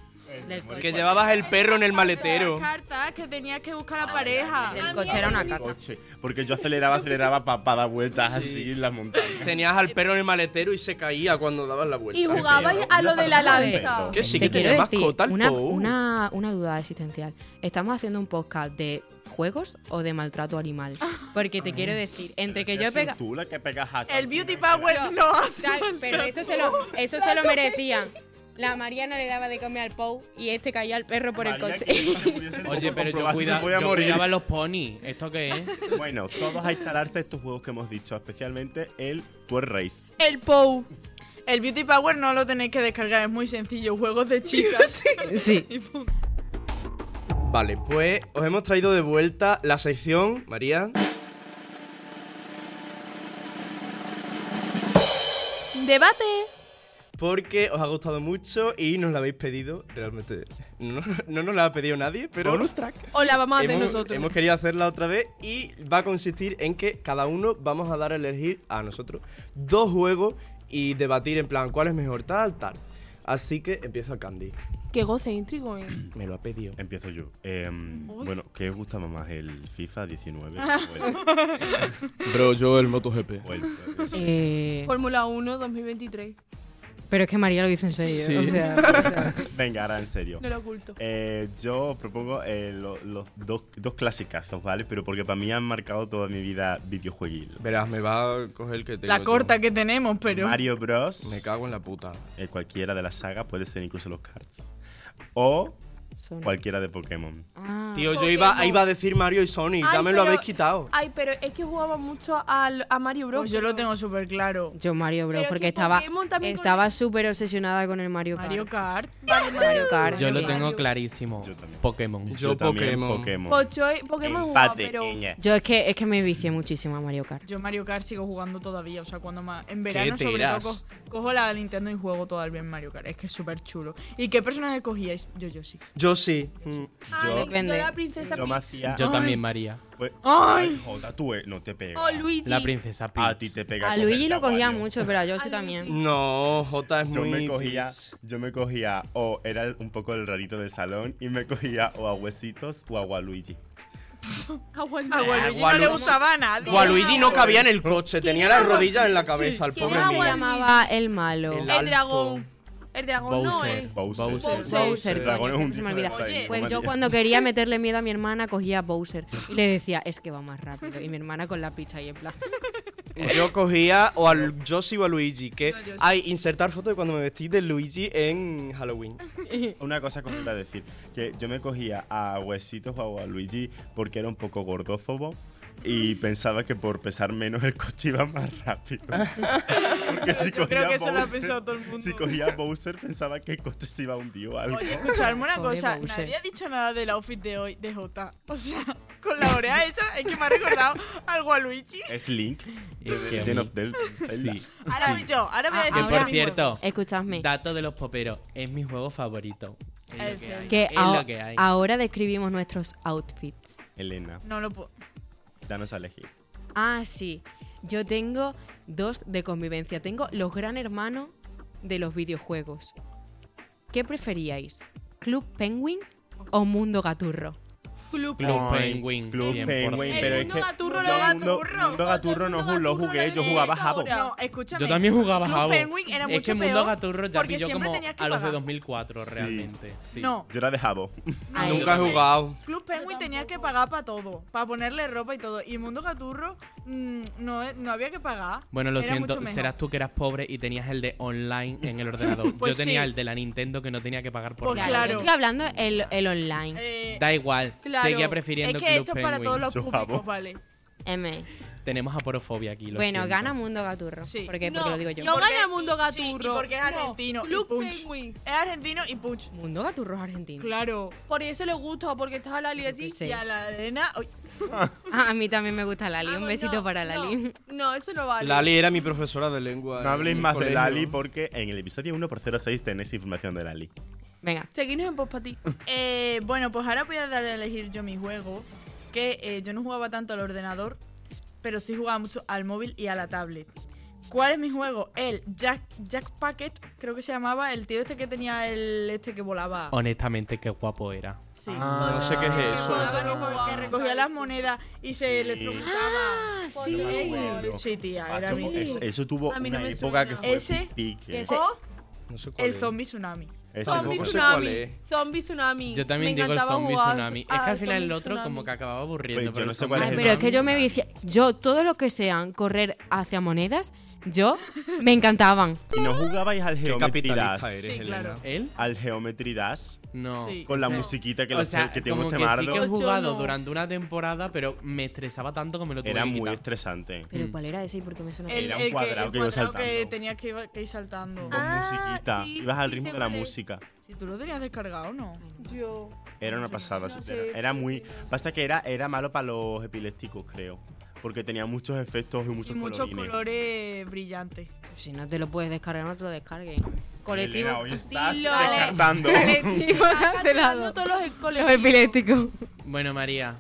Speaker 3: Del
Speaker 1: Que
Speaker 3: coche.
Speaker 1: llevabas el perro en el maletero.
Speaker 2: Las cartas que tenías que buscar a la pareja.
Speaker 3: Del coche era una caca.
Speaker 4: Coche, porque yo aceleraba, aceleraba para dar vueltas así en las montañas.
Speaker 1: Tenías al perro en el maletero y se caía cuando dabas la vuelta.
Speaker 6: Y jugabais a lo de la
Speaker 4: Perfecto.
Speaker 6: lanza.
Speaker 1: Que sí, que
Speaker 3: Te quiero
Speaker 1: tenía
Speaker 3: decir
Speaker 1: mascota el
Speaker 3: una,
Speaker 1: Pou.
Speaker 3: una, una duda existencial. ¿Estamos haciendo un podcast de juegos o de maltrato animal? Porque te quiero decir, entre que
Speaker 4: Si
Speaker 3: yo he
Speaker 4: has sido
Speaker 3: pegado...
Speaker 4: Tú la que pegas a
Speaker 2: El beauty power
Speaker 3: Yo-
Speaker 2: no hace
Speaker 3: Pero eso se lo, eso se lo merecían. La Mariana le daba de comer al Pou y este caía al perro por el
Speaker 4: María,
Speaker 3: coche.
Speaker 4: que no se muriese de
Speaker 5: Oye,
Speaker 4: poco,
Speaker 5: pero yo,
Speaker 4: probase,
Speaker 5: cuida-
Speaker 4: voy a
Speaker 5: yo
Speaker 4: morir.
Speaker 5: cuidaba los ponis. ¿Esto qué es?
Speaker 4: Bueno, todos a instalarse estos juegos que hemos dicho, especialmente el Tour Race.
Speaker 6: El POU.
Speaker 2: El Beauty Power no lo tenéis que descargar, es muy sencillo. Juegos de chicas.
Speaker 3: Sí.
Speaker 2: Y pum.
Speaker 1: Vale, pues os hemos traído de vuelta la sección, María.
Speaker 6: Debate.
Speaker 1: Porque os ha gustado mucho y nos la habéis pedido. Realmente no, no nos la ha pedido nadie, pero
Speaker 6: O la vamos a hacer
Speaker 1: hemos,
Speaker 6: nosotros.
Speaker 1: hemos querido hacerla otra vez y va a consistir en que cada uno vamos a dar a elegir a nosotros dos juegos y debatir en plan cuál es mejor, tal, tal. Así que empieza Candy.
Speaker 6: Que goce intrigo, eh.
Speaker 1: Me lo ha pedido.
Speaker 4: Empiezo yo. Em,
Speaker 6: Uy.
Speaker 4: bueno, ¿qué os gusta más, el FIFA 19 o el,
Speaker 10: Bro, yo el MotoGP.
Speaker 4: o el- sí.
Speaker 3: Eh,
Speaker 6: Fórmula 1 2023.
Speaker 3: pero es que María lo dice en serio.
Speaker 10: Sí.
Speaker 3: o sea, o sea,
Speaker 4: Venga, ahora en serio.
Speaker 6: No lo oculto.
Speaker 4: Eh, yo propongo eh, lo- los dos, dos clasicazos, ¿vale? Pero porque para mí han marcado toda mi vida videojueguil.
Speaker 1: Verás, me va a coger el que tengo.
Speaker 2: La corta que tenemos, pero.
Speaker 4: Mario Bros.
Speaker 1: yo. Me cago en la puta.
Speaker 4: eh, cualquiera de la saga, puede ser incluso los cards. O
Speaker 3: son-
Speaker 4: cualquiera de Pokémon.
Speaker 3: Ah.
Speaker 1: Tío, yo iba,
Speaker 6: Pokémon.
Speaker 1: iba a decir Mario y Sonic, ya
Speaker 6: Ay,
Speaker 1: me lo
Speaker 6: pero-
Speaker 1: habéis quitado.
Speaker 6: Ay, pero es que jugaba mucho al, a Mario Bros.
Speaker 2: Pues yo lo tengo súper claro.
Speaker 3: Yo Mario Bros.
Speaker 6: Pero
Speaker 3: porque
Speaker 6: que
Speaker 3: estaba
Speaker 6: Pokémon también con-
Speaker 3: estaba súper obsesionada con el Mario Kart.
Speaker 2: Mario Kart.
Speaker 3: Vale, Mario Kart.
Speaker 5: Yo lo
Speaker 6: Mario.
Speaker 5: tengo clarísimo.
Speaker 4: Yo también.
Speaker 5: Pokémon.
Speaker 1: Yo
Speaker 4: también,
Speaker 1: Pokémon.
Speaker 4: Pokémon.
Speaker 6: Pues yo he- Pokémon jugaba,
Speaker 4: Empate,
Speaker 6: pero.
Speaker 4: ñe.
Speaker 3: Yo es que, es que me vicié muchísimo a Mario Kart.
Speaker 2: Yo Mario Kart sigo jugando todavía, o sea, cuando más... En verano
Speaker 1: te
Speaker 2: sobre todo
Speaker 1: irás?
Speaker 2: co- cojo la Nintendo y juego todavía en Mario Kart. Es que es súper chulo. ¿Y qué personaje cogíais? Yo, yo sí.
Speaker 1: Yo sí. Mm.
Speaker 6: Ay,
Speaker 4: Yo,
Speaker 6: yo
Speaker 3: Depende.
Speaker 6: la princesa
Speaker 4: yo me
Speaker 6: Peach.
Speaker 4: hacía.
Speaker 5: Yo también, María.
Speaker 4: Pues-
Speaker 2: ¡Ay!
Speaker 4: Ay, Jota, tú eh, no te pego.
Speaker 6: O Oh, Luigi.
Speaker 5: La princesa Peach.
Speaker 4: A ti te pega.
Speaker 3: A
Speaker 4: con el
Speaker 3: Luigi lo cogía
Speaker 4: caballo.
Speaker 3: mucho, pero a Yoshi
Speaker 6: A
Speaker 3: también.
Speaker 6: Luigi.
Speaker 1: No, J es
Speaker 4: Yo
Speaker 1: muy.
Speaker 4: me cogía,
Speaker 1: bitch.
Speaker 4: yo me cogía o era un poco el rarito del salón y me cogía o a huesitos o a Waluigi.
Speaker 6: Aguanta.
Speaker 2: A Waluigi no
Speaker 1: Waluigi-
Speaker 2: le gustaba a nadie.
Speaker 1: Waluigi no cabía en el coche,
Speaker 6: ¿Quién
Speaker 1: tenía
Speaker 6: era
Speaker 1: las
Speaker 6: Waluigi?
Speaker 1: rodillas en la cabeza, el
Speaker 6: ¿Quién
Speaker 1: pobre
Speaker 6: era
Speaker 3: ¿Cómo se
Speaker 1: niño.
Speaker 6: Waluigi?
Speaker 3: llamaba el malo?
Speaker 1: El-
Speaker 6: El
Speaker 1: alto.
Speaker 6: dragón. El dragón no,
Speaker 5: Bowser.
Speaker 6: eh.
Speaker 4: Bowser.
Speaker 6: Bowser.
Speaker 3: Bowser,
Speaker 4: Dragón
Speaker 3: coño,
Speaker 4: es un
Speaker 3: siempre se me
Speaker 4: tipo de
Speaker 3: olvida.
Speaker 4: país,
Speaker 3: Pues
Speaker 4: no
Speaker 3: yo
Speaker 4: me
Speaker 3: cuando quería meterle miedo a mi hermana cogía a Bowser y le decía, es que va más rápido. Y mi hermana con la picha ahí en plan.
Speaker 1: Yo cogía o a Lu- Yoshi o a Luigi, que
Speaker 2: No, Yoshi.
Speaker 1: hay insertar fotos de cuando me vestí de Luigi en Halloween.
Speaker 4: Una cosa que os iba a decir, que yo me cogía a huesitos o a Luigi porque era un poco gordófobo y pensaba que por pesar menos el coche iba más rápido. Porque si
Speaker 2: Yo creo
Speaker 4: cogía
Speaker 2: que eso lo ha
Speaker 4: Bowser-
Speaker 2: pensado todo el mundo.
Speaker 4: Si cogía a Bowser pensaba que el coche se iba a hundir o algo.
Speaker 2: Oye, escuchadme una
Speaker 3: Pobre
Speaker 2: cosa.
Speaker 3: Bowser.
Speaker 2: Nadie ha dicho nada del outfit de hoy de Jota. O sea, con con la oreja hecha, es que me ha recordado algo a Luigi.
Speaker 4: Es Link.
Speaker 5: Es que
Speaker 4: Gen
Speaker 5: muy-
Speaker 4: of Del- Zelda.
Speaker 5: Sí.
Speaker 2: Ahora voy yo, ahora voy a
Speaker 3: Ah,
Speaker 2: decir
Speaker 5: Que
Speaker 3: Ahora
Speaker 5: por
Speaker 2: mi
Speaker 5: cierto,
Speaker 3: Escuchadme.
Speaker 5: dato de los poperos, es mi juego favorito. Es
Speaker 2: En
Speaker 5: lo que hay.
Speaker 2: serio.
Speaker 3: Que
Speaker 5: es
Speaker 3: ao-
Speaker 5: lo que hay.
Speaker 3: ahora describimos nuestros outfits.
Speaker 4: Elena,
Speaker 2: juego. No lo puedo.
Speaker 4: danos a elegir.
Speaker 3: Ah, sí. Yo tengo dos de convivencia. Tengo los gran hermanos de los videojuegos. ¿Qué preferíais? ¿Club Penguin o Mundo Gaturro?
Speaker 6: Club
Speaker 5: Club
Speaker 4: Ay,
Speaker 5: Penguin.
Speaker 4: Club
Speaker 5: 100%.
Speaker 4: Penguin,
Speaker 6: El
Speaker 4: pero es
Speaker 6: mundo
Speaker 4: que.
Speaker 6: gaturro,
Speaker 4: yo
Speaker 6: lo
Speaker 4: mundo-
Speaker 2: gaturro.
Speaker 4: Mundo gaturro no
Speaker 6: Otro
Speaker 4: ju-
Speaker 6: mundo
Speaker 4: lo jugué,
Speaker 6: gaturro
Speaker 4: yo
Speaker 6: de
Speaker 2: Eh,
Speaker 4: jugaba
Speaker 6: esta
Speaker 4: jabo.
Speaker 6: hora.
Speaker 2: No, escúchame.
Speaker 5: Yo también jugaba
Speaker 2: Club
Speaker 5: Jabo.
Speaker 2: Penguin era
Speaker 5: es que
Speaker 2: mucho
Speaker 5: Mundo
Speaker 2: peor
Speaker 5: Gaturro ya
Speaker 2: porque
Speaker 5: pilló
Speaker 2: siempre
Speaker 5: como
Speaker 2: tenías que
Speaker 5: a los de
Speaker 2: pagar.
Speaker 5: 2004
Speaker 4: Sí.
Speaker 5: realmente. Sí.
Speaker 2: No,
Speaker 4: Yo era de jabo.
Speaker 3: Ahí.
Speaker 1: Nunca he jugado.
Speaker 2: Club Penguin tenía que pagar para todo, para ponerle ropa y todo. Y Mundo Gaturro mm, no, no había que pagar.
Speaker 5: Bueno, lo
Speaker 2: Era mucho
Speaker 5: siento,
Speaker 2: mejor.
Speaker 5: serás tú que eras pobre y tenías el de online en el ordenador.
Speaker 2: Pues
Speaker 5: Yo tenía
Speaker 2: sí.
Speaker 5: el de la Nintendo que no tenía que pagar por
Speaker 2: Pues
Speaker 5: nada.
Speaker 3: Claro,
Speaker 2: claro.
Speaker 3: Yo estoy hablando el, el online.
Speaker 2: Eh,
Speaker 5: Da igual,
Speaker 6: Claro.
Speaker 5: seguía prefiriendo
Speaker 2: es que
Speaker 5: Club
Speaker 2: esto es
Speaker 5: Penguin.
Speaker 2: para todos los
Speaker 4: Yo amo.
Speaker 2: públicos, vale.
Speaker 3: M.
Speaker 5: Tenemos aporofobia aquí. lo
Speaker 3: Bueno,
Speaker 5: siento.
Speaker 3: gana Mundo Gaturro.
Speaker 2: Sí.
Speaker 3: Porque,
Speaker 6: No,
Speaker 3: porque lo digo yo.
Speaker 6: No
Speaker 2: Porque-
Speaker 6: gana Mundo
Speaker 2: sí, y
Speaker 6: Gaturro.
Speaker 2: porque es
Speaker 6: No,
Speaker 2: argentino y
Speaker 6: Club
Speaker 2: punch.
Speaker 6: Penguin.
Speaker 2: Es argentino y punch.
Speaker 3: Mundo Gaturro es argentino.
Speaker 2: Claro.
Speaker 6: Por eso le gusta, porque estás a la Lieti.
Speaker 3: Sí.
Speaker 2: Y a la arena. uy,
Speaker 3: Ah, a mí también me gusta Lali.
Speaker 6: Ah,
Speaker 3: Un
Speaker 6: pues
Speaker 3: besito
Speaker 6: no,
Speaker 3: para Lali.
Speaker 6: No, no, eso no vale.
Speaker 1: Lali era mi profesora de lengua.
Speaker 4: No habléis
Speaker 1: en el
Speaker 4: más de
Speaker 1: colegio.
Speaker 4: Lali porque en el episodio 1x06 tenéis información de Lali.
Speaker 3: Venga.
Speaker 6: Seguimos en Pospati.
Speaker 2: Eh, bueno, pues ahora voy a dar a elegir yo mi juego. Que eh, yo no jugaba tanto al ordenador, pero sí jugaba mucho al móvil y a la tablet. ¿Cuál es mi juego? El Jack, Jack Packet, creo que se llamaba, el tío este que tenía el este que volaba.
Speaker 5: Oh, Honestamente, qué guapo era.
Speaker 2: Sí.
Speaker 1: Ah, no sé qué es eso.
Speaker 2: Volaba, que
Speaker 6: Ah.
Speaker 2: que recogía las monedas y se
Speaker 4: Sí. Ah,
Speaker 2: electrocutaba.
Speaker 3: sí.
Speaker 4: Yo me
Speaker 2: Ese.
Speaker 4: acuerdo.
Speaker 2: Sí, tía, era
Speaker 4: Eso-
Speaker 2: mi
Speaker 4: es-
Speaker 2: juego.
Speaker 4: Eso tuvo
Speaker 6: A mí no
Speaker 4: una
Speaker 6: me
Speaker 4: época
Speaker 6: suena.
Speaker 4: que fue
Speaker 2: Ese,
Speaker 4: pique.
Speaker 6: que ese-
Speaker 2: O
Speaker 1: No sé cuál
Speaker 2: el
Speaker 1: es.
Speaker 2: zombie tsunami.
Speaker 4: Ese
Speaker 6: Zombie
Speaker 1: tampoco
Speaker 4: tuvo-
Speaker 1: sé cuál
Speaker 6: Tsunami.
Speaker 1: es.
Speaker 6: Zombie Tsunami.
Speaker 5: Yo también
Speaker 6: Me
Speaker 5: digo el
Speaker 6: encantaba
Speaker 5: zombie
Speaker 6: jugar
Speaker 5: tsunami. Es que al final
Speaker 6: zombie
Speaker 5: el otro
Speaker 6: tsunami.
Speaker 5: como que acababa aburriendo.
Speaker 4: Pues yo
Speaker 5: pero
Speaker 4: no
Speaker 5: el
Speaker 4: sé cuál
Speaker 5: zombie
Speaker 4: es
Speaker 3: Ay,
Speaker 4: el
Speaker 3: pero es que yo me
Speaker 4: tsunami.
Speaker 3: vicia. Yo, todo lo que sean correr hacia monedas, yo me encantaban.
Speaker 4: Y no jugabais al
Speaker 1: Qué
Speaker 4: Geometry Dash.
Speaker 1: capitalista eres,
Speaker 2: Sí,
Speaker 1: Elena.
Speaker 2: claro.
Speaker 5: ¿Él?
Speaker 4: Al Geometry Dash.
Speaker 5: No.
Speaker 2: Sí.
Speaker 4: Con la
Speaker 2: No.
Speaker 4: musiquita que,
Speaker 5: o
Speaker 4: lo-
Speaker 5: sea,
Speaker 4: que este te
Speaker 5: como
Speaker 4: gusta
Speaker 5: que sí que he
Speaker 6: Ocho,
Speaker 5: jugado
Speaker 6: no.
Speaker 5: durante una temporada, pero me estresaba tanto que me lo tuve
Speaker 4: Era
Speaker 5: que
Speaker 4: muy
Speaker 5: quitar.
Speaker 4: estresante.
Speaker 3: Pero
Speaker 5: Mm.
Speaker 3: ¿cuál era ese y por qué me suena?
Speaker 2: El,
Speaker 4: Era un
Speaker 2: el que,
Speaker 4: cuadrado
Speaker 2: el
Speaker 4: que iba
Speaker 2: cuadrado que
Speaker 4: saltando.
Speaker 2: tenías que, iba- que ir saltando.
Speaker 4: Con
Speaker 6: Ah,
Speaker 4: musiquita.
Speaker 6: sí,
Speaker 4: Ibas al
Speaker 6: sí,
Speaker 4: ritmo
Speaker 6: sé
Speaker 4: de la
Speaker 6: cuál es.
Speaker 4: música.
Speaker 2: Si tú lo tenías descargado, ¿no?
Speaker 6: Yo.
Speaker 4: Era una
Speaker 2: Sí,
Speaker 4: pasada.
Speaker 6: no
Speaker 4: era-
Speaker 6: sé,
Speaker 4: era
Speaker 6: pero
Speaker 4: muy.
Speaker 6: sí.
Speaker 4: Pasa que era, era malo para los epilépticos, creo. Porque tenía muchos efectos y muchos
Speaker 2: y eh, muchos
Speaker 4: colorines.
Speaker 2: colores brillantes.
Speaker 3: Si no te lo puedes descargar, no te lo descarguen. Colectivo.
Speaker 4: Elena, hoy estás
Speaker 6: Dilo.
Speaker 4: descartando.
Speaker 3: Colectivo
Speaker 6: Acá tocando
Speaker 3: cancelado.
Speaker 6: todos los
Speaker 3: Los
Speaker 6: colectivos.
Speaker 3: epilépticos.
Speaker 5: Bueno, María,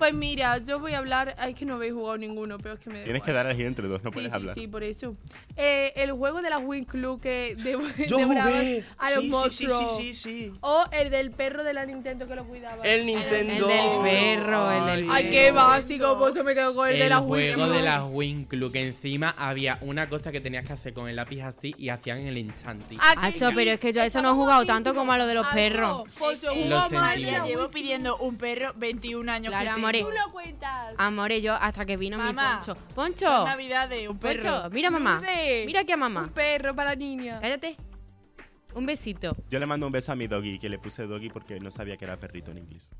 Speaker 6: Pues mira, yo voy a hablar. Ay, es que no habéis jugado ninguno, pero es que me. da
Speaker 4: Tienes que
Speaker 6: igual.
Speaker 4: dar a elegir entre dos, no
Speaker 6: Sí,
Speaker 4: puedes
Speaker 6: sí,
Speaker 4: hablar.
Speaker 6: sí, por eso. Eh, el juego de la Win Club que de,
Speaker 1: Yo
Speaker 6: devorabas
Speaker 1: jugué.
Speaker 6: a los
Speaker 1: Sí, sí,
Speaker 6: monstruos.
Speaker 1: sí, sí, sí, sí.
Speaker 6: O el del perro de la Nintendo que lo cuidaba.
Speaker 1: El Nintendo.
Speaker 3: del perro, el del
Speaker 6: Ay,
Speaker 3: perro.
Speaker 6: qué básico, por eso me quedo con el, de
Speaker 5: el
Speaker 6: la Wii
Speaker 5: juego
Speaker 6: Club.
Speaker 5: de las Win Club, que encima había una cosa que tenías que hacer con el lápiz así y hacían el enchanti.
Speaker 6: Aquí
Speaker 3: Hacho,
Speaker 6: sí,
Speaker 3: pero es que yo a eso no he
Speaker 6: estamos
Speaker 3: jugado tanto
Speaker 6: guapísimos.
Speaker 3: como a lo de los
Speaker 6: Hacho,
Speaker 3: perros.
Speaker 6: pues yo
Speaker 5: Lo
Speaker 6: jugaba más de
Speaker 5: sentía.
Speaker 6: la
Speaker 2: Mira,
Speaker 5: Mira,
Speaker 2: llevo
Speaker 6: Wii
Speaker 2: pidiendo un perro 21 años.
Speaker 3: Claro,
Speaker 2: que
Speaker 3: amore.
Speaker 2: tengo.
Speaker 6: Club. Tú lo cuentas.
Speaker 3: Amores, yo hasta que vino
Speaker 2: Mamá,
Speaker 3: mi poncho.
Speaker 2: Son
Speaker 3: ¡Poncho!
Speaker 2: Navidades, un perro.
Speaker 3: ¡Poncho! Mira, mamá.
Speaker 6: Lourdes.
Speaker 3: Mira aquí a
Speaker 6: Un
Speaker 3: mamá.
Speaker 6: perro para la niña.
Speaker 3: Cállate. Un besito.
Speaker 4: Yo le mando un beso a mi doggy, que le puse doggy porque no sabía que era perrito en inglés.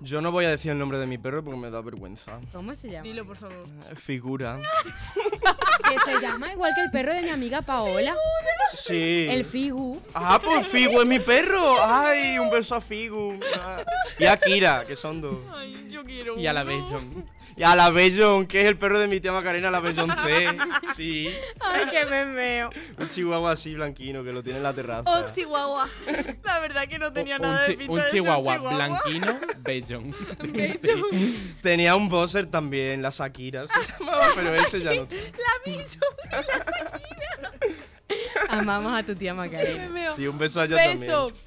Speaker 1: Yo no voy a decir el nombre de mi perro porque me da vergüenza.
Speaker 3: ¿Cómo se llama?
Speaker 2: Dilo, por favor.
Speaker 1: Eh, Figura.
Speaker 3: Que se llama igual que el perro de mi amiga Paola.
Speaker 1: Sí.
Speaker 3: El Figu.
Speaker 1: Ah, pues Figu es mi perro. Ay, un beso a Figu. Ah. Y a Kira, que son dos.
Speaker 2: Ay, yo quiero
Speaker 5: Y a la
Speaker 2: uno.
Speaker 5: vez, John.
Speaker 1: Y a la Bellon, que es el perro de mi tía Macarena, la Bellon C. Sí.
Speaker 3: Ay, qué memeo.
Speaker 1: Un chihuahua así blanquino que lo tiene en la terraza.
Speaker 6: Oh, chihuahua.
Speaker 2: La verdad que no tenía
Speaker 5: un,
Speaker 2: nada de
Speaker 5: chi-
Speaker 2: pinta
Speaker 5: un
Speaker 2: de ser
Speaker 5: chihuahua,
Speaker 2: chihuahua.
Speaker 5: blanquino, bellón.
Speaker 1: Tenía un boxer también, la Shakira se llamaba, pero ese ya no. tiene.
Speaker 3: Amamos a tu tía Macarena.
Speaker 6: Memeo.
Speaker 1: Sí, un beso a ella
Speaker 6: Beso.
Speaker 1: también.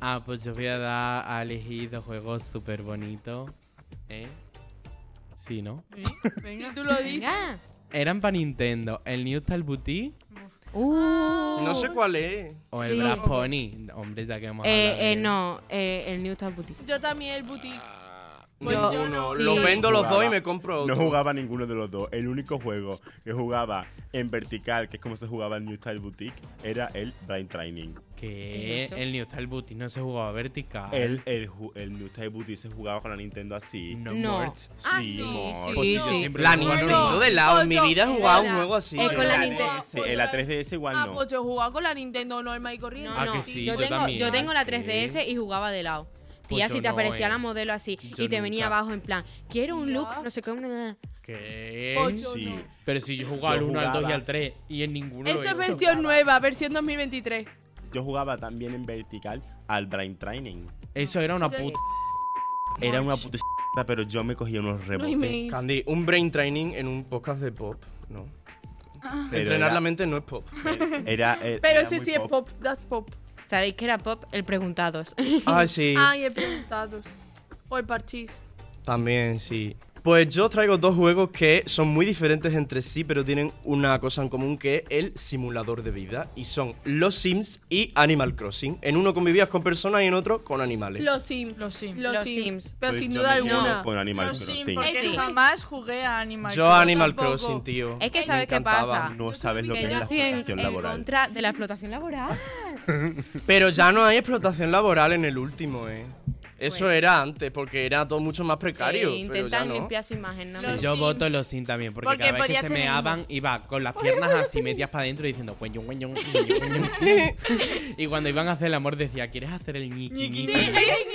Speaker 5: Ah, pues yo voy a dar a elegir dos juegos súper bonitos. ¿Eh? Sí, ¿no?
Speaker 2: Sí, Venga.
Speaker 6: Si tú lo dices.
Speaker 3: Venga.
Speaker 5: Eran para Nintendo, el New Style Boutique
Speaker 3: Uh.
Speaker 1: No sé cuál es.
Speaker 5: o el
Speaker 3: Sí.
Speaker 5: Brad Pony. Hombre, ya que hemos hablado
Speaker 3: Eh,
Speaker 5: de-
Speaker 3: eh, no, eh, el New Star Boutique.
Speaker 6: Yo también el boutique.
Speaker 1: No,
Speaker 3: Pues Yo-
Speaker 1: uno.
Speaker 3: sí.
Speaker 1: Los vendo los dos
Speaker 4: Jugaba.
Speaker 1: y me compro
Speaker 4: No
Speaker 1: otro.
Speaker 4: jugaba ninguno de los dos. El único juego que jugaba en vertical, que es como se jugaba en New Style Boutique, era el Brain Training.
Speaker 5: ¿Qué?
Speaker 3: es eso?
Speaker 5: el New Style Boutique no se jugaba vertical.
Speaker 4: El, el, ju- el New Style Boutique se jugaba con la Nintendo así.
Speaker 5: No,
Speaker 3: No.
Speaker 5: Merch.
Speaker 3: Ah,
Speaker 4: Sí,
Speaker 3: sí,
Speaker 4: amor.
Speaker 5: Pues
Speaker 3: sí,
Speaker 5: yo
Speaker 3: sí.
Speaker 5: siempre
Speaker 1: La
Speaker 5: jugaba
Speaker 1: Nintendo
Speaker 5: vertical.
Speaker 1: de lado. En mi
Speaker 6: Ocho,
Speaker 1: vida he jugado
Speaker 3: era-
Speaker 1: un juego así.
Speaker 3: Eh,
Speaker 4: El
Speaker 3: con la
Speaker 4: A3DS,
Speaker 3: Nintendo.
Speaker 4: El A3DS igual
Speaker 6: Ah,
Speaker 4: no.
Speaker 6: pues yo jugaba con la Nintendo normal y
Speaker 3: No,
Speaker 6: corriente.
Speaker 5: Ah,
Speaker 3: no,
Speaker 5: que sí,
Speaker 3: yo,
Speaker 5: yo
Speaker 3: tengo,
Speaker 5: también.
Speaker 3: yo tengo la
Speaker 5: Sí.
Speaker 3: 3DS y jugaba de lado. Tía,
Speaker 5: Pues yo
Speaker 3: si te
Speaker 5: no,
Speaker 3: aparecía
Speaker 5: eh.
Speaker 3: la modelo así
Speaker 5: Yo
Speaker 3: y te venía
Speaker 5: nunca.
Speaker 3: abajo en plan, quiero un look, no sé qué. una-
Speaker 5: ¿Qué?
Speaker 6: Pues yo no.
Speaker 5: Pero si yo jugaba
Speaker 4: Yo
Speaker 5: al 1, al 2 y
Speaker 4: jugaba.
Speaker 5: al 3 y en ninguno lo he
Speaker 6: Esta es
Speaker 5: hecho.
Speaker 6: versión nueva, versión 2023.
Speaker 4: Yo jugaba también en vertical al brain training.
Speaker 5: Eso era una
Speaker 6: Yo-
Speaker 5: puta.
Speaker 4: Era una puta pero yo me cogía unos
Speaker 6: No
Speaker 4: rebotes.
Speaker 6: y me-
Speaker 1: Eh, Candy, un brain training en un podcast de pop, ¿no?
Speaker 3: Ah.
Speaker 4: Pero
Speaker 1: Entrenar
Speaker 4: era-
Speaker 1: la mente no es pop.
Speaker 4: Era, eh,
Speaker 6: Pero
Speaker 4: era
Speaker 6: ese
Speaker 4: muy
Speaker 6: sí es pop, that's pop.
Speaker 3: ¿Sabéis que era pop? El preguntados.
Speaker 1: Ay, sí.
Speaker 6: Ay, he preguntado. O el parchís.
Speaker 1: También, sí. Pues yo os traigo dos juegos que son muy diferentes entre sí, pero tienen una cosa en común que es el simulador de vida. Y son Los Sims y Animal Crossing. En uno convivías con personas y en otro con animales.
Speaker 6: Los Sims.
Speaker 2: Los Sims.
Speaker 6: Los
Speaker 3: Los
Speaker 6: Sims.
Speaker 3: Sims.
Speaker 6: Pero
Speaker 4: Pues
Speaker 6: sin
Speaker 4: yo
Speaker 6: duda
Speaker 4: me quedo
Speaker 6: alguna.
Speaker 4: Con Animal
Speaker 2: Los
Speaker 4: Crossing.
Speaker 2: Sims, porque
Speaker 3: Ese.
Speaker 2: jamás jugué a Animal
Speaker 1: yo
Speaker 2: Crossing.
Speaker 1: Animal
Speaker 6: tampoco.
Speaker 1: Crossing, tío.
Speaker 3: Es que
Speaker 1: Me
Speaker 3: ¿sabes qué
Speaker 1: encantaba.
Speaker 3: pasa?
Speaker 4: No sabes lo que
Speaker 3: que
Speaker 4: es
Speaker 3: yo
Speaker 4: la
Speaker 3: estoy en,
Speaker 4: explotación
Speaker 3: en
Speaker 4: laboral.
Speaker 3: contra de la explotación laboral.
Speaker 1: Pero ya no hay explotación laboral en el último, ¿eh? Eso
Speaker 3: Bueno.
Speaker 1: era antes, porque era todo mucho más precario.
Speaker 3: Pues- Eh,
Speaker 1: pero ya
Speaker 3: intentan
Speaker 1: no.
Speaker 3: limpiar su imagen, ¿no?
Speaker 2: Los
Speaker 5: Yo
Speaker 2: Sims.
Speaker 5: voto los sin también, porque,
Speaker 2: Porque
Speaker 5: cada vez que
Speaker 2: podías
Speaker 5: se
Speaker 2: tener
Speaker 5: meaban iba con las piernas así metidas para adentro diciendo cueño, cueño, cueño, cueño. Y cuando iban a hacer el amor decía, ¿quieres hacer el ñiqui, ñiqui?
Speaker 6: Sí,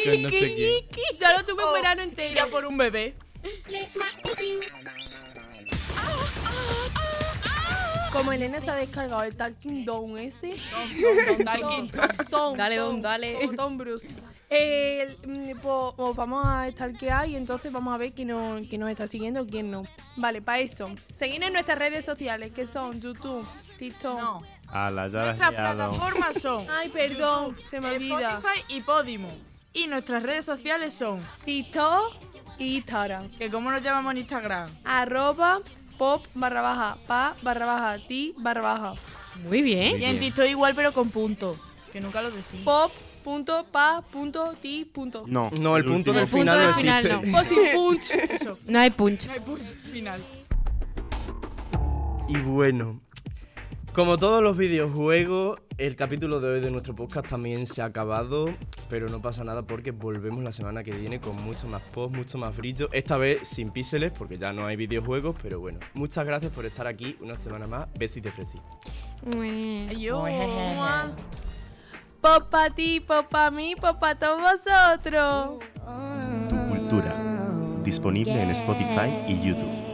Speaker 6: sí,
Speaker 5: Yo no sé qué.
Speaker 6: Yo lo tuve un verano
Speaker 2: Era
Speaker 6: entero.
Speaker 2: por un bebé.
Speaker 6: Como Elena se ha descargado el Talking Down ese.
Speaker 2: Talking
Speaker 6: este. Tom,
Speaker 3: Dale,
Speaker 6: Tom,
Speaker 3: Don, dale.
Speaker 6: Tom, Tom Bruce. El, mm, po- os vamos a stalkear y entonces vamos a ver quién nos, quién nos está siguiendo y quién no. Vale, para eso, seguidnos en nuestras redes sociales que son YouTube, TikTok.
Speaker 2: No.
Speaker 4: Ala, ya la has
Speaker 2: Nuestras
Speaker 4: liado.
Speaker 2: plataformas son
Speaker 6: Ay, perdón, se me
Speaker 2: eh,
Speaker 6: olvida.
Speaker 2: Spotify y Podimo. Y nuestras redes sociales son,
Speaker 6: TikTok y Instagram.
Speaker 2: que como nos llamamos en Instagram,
Speaker 6: Arroba pop barra baja, pa barra baja, ti barra baja.
Speaker 3: Muy bien.
Speaker 2: y en TikTok igual pero con punto, que nunca lo decimos.
Speaker 6: Pop punto pa punto ti punto.
Speaker 4: No,
Speaker 1: No, el punto
Speaker 4: último.
Speaker 1: del
Speaker 3: El punto
Speaker 1: final no
Speaker 3: del
Speaker 1: existe.
Speaker 3: final no.
Speaker 6: O sin punch.
Speaker 2: Eso.
Speaker 3: No hay punch.
Speaker 2: No hay punto final.
Speaker 1: Y bueno, como todos los videojuegos, el capítulo de hoy de nuestro podcast también se ha acabado, pero no pasa nada porque volvemos la semana que viene con mucho más post, mucho más brillo, esta vez sin píxeles porque ya no hay videojuegos, pero bueno, muchas gracias por estar aquí una semana más, besis de Fresi.
Speaker 2: Adiós.
Speaker 6: Oh, é. Pop pa ti, pop pa mí, pop pa todos vosotros.
Speaker 4: Tu cultura. Disponible en Spotify y YouTube.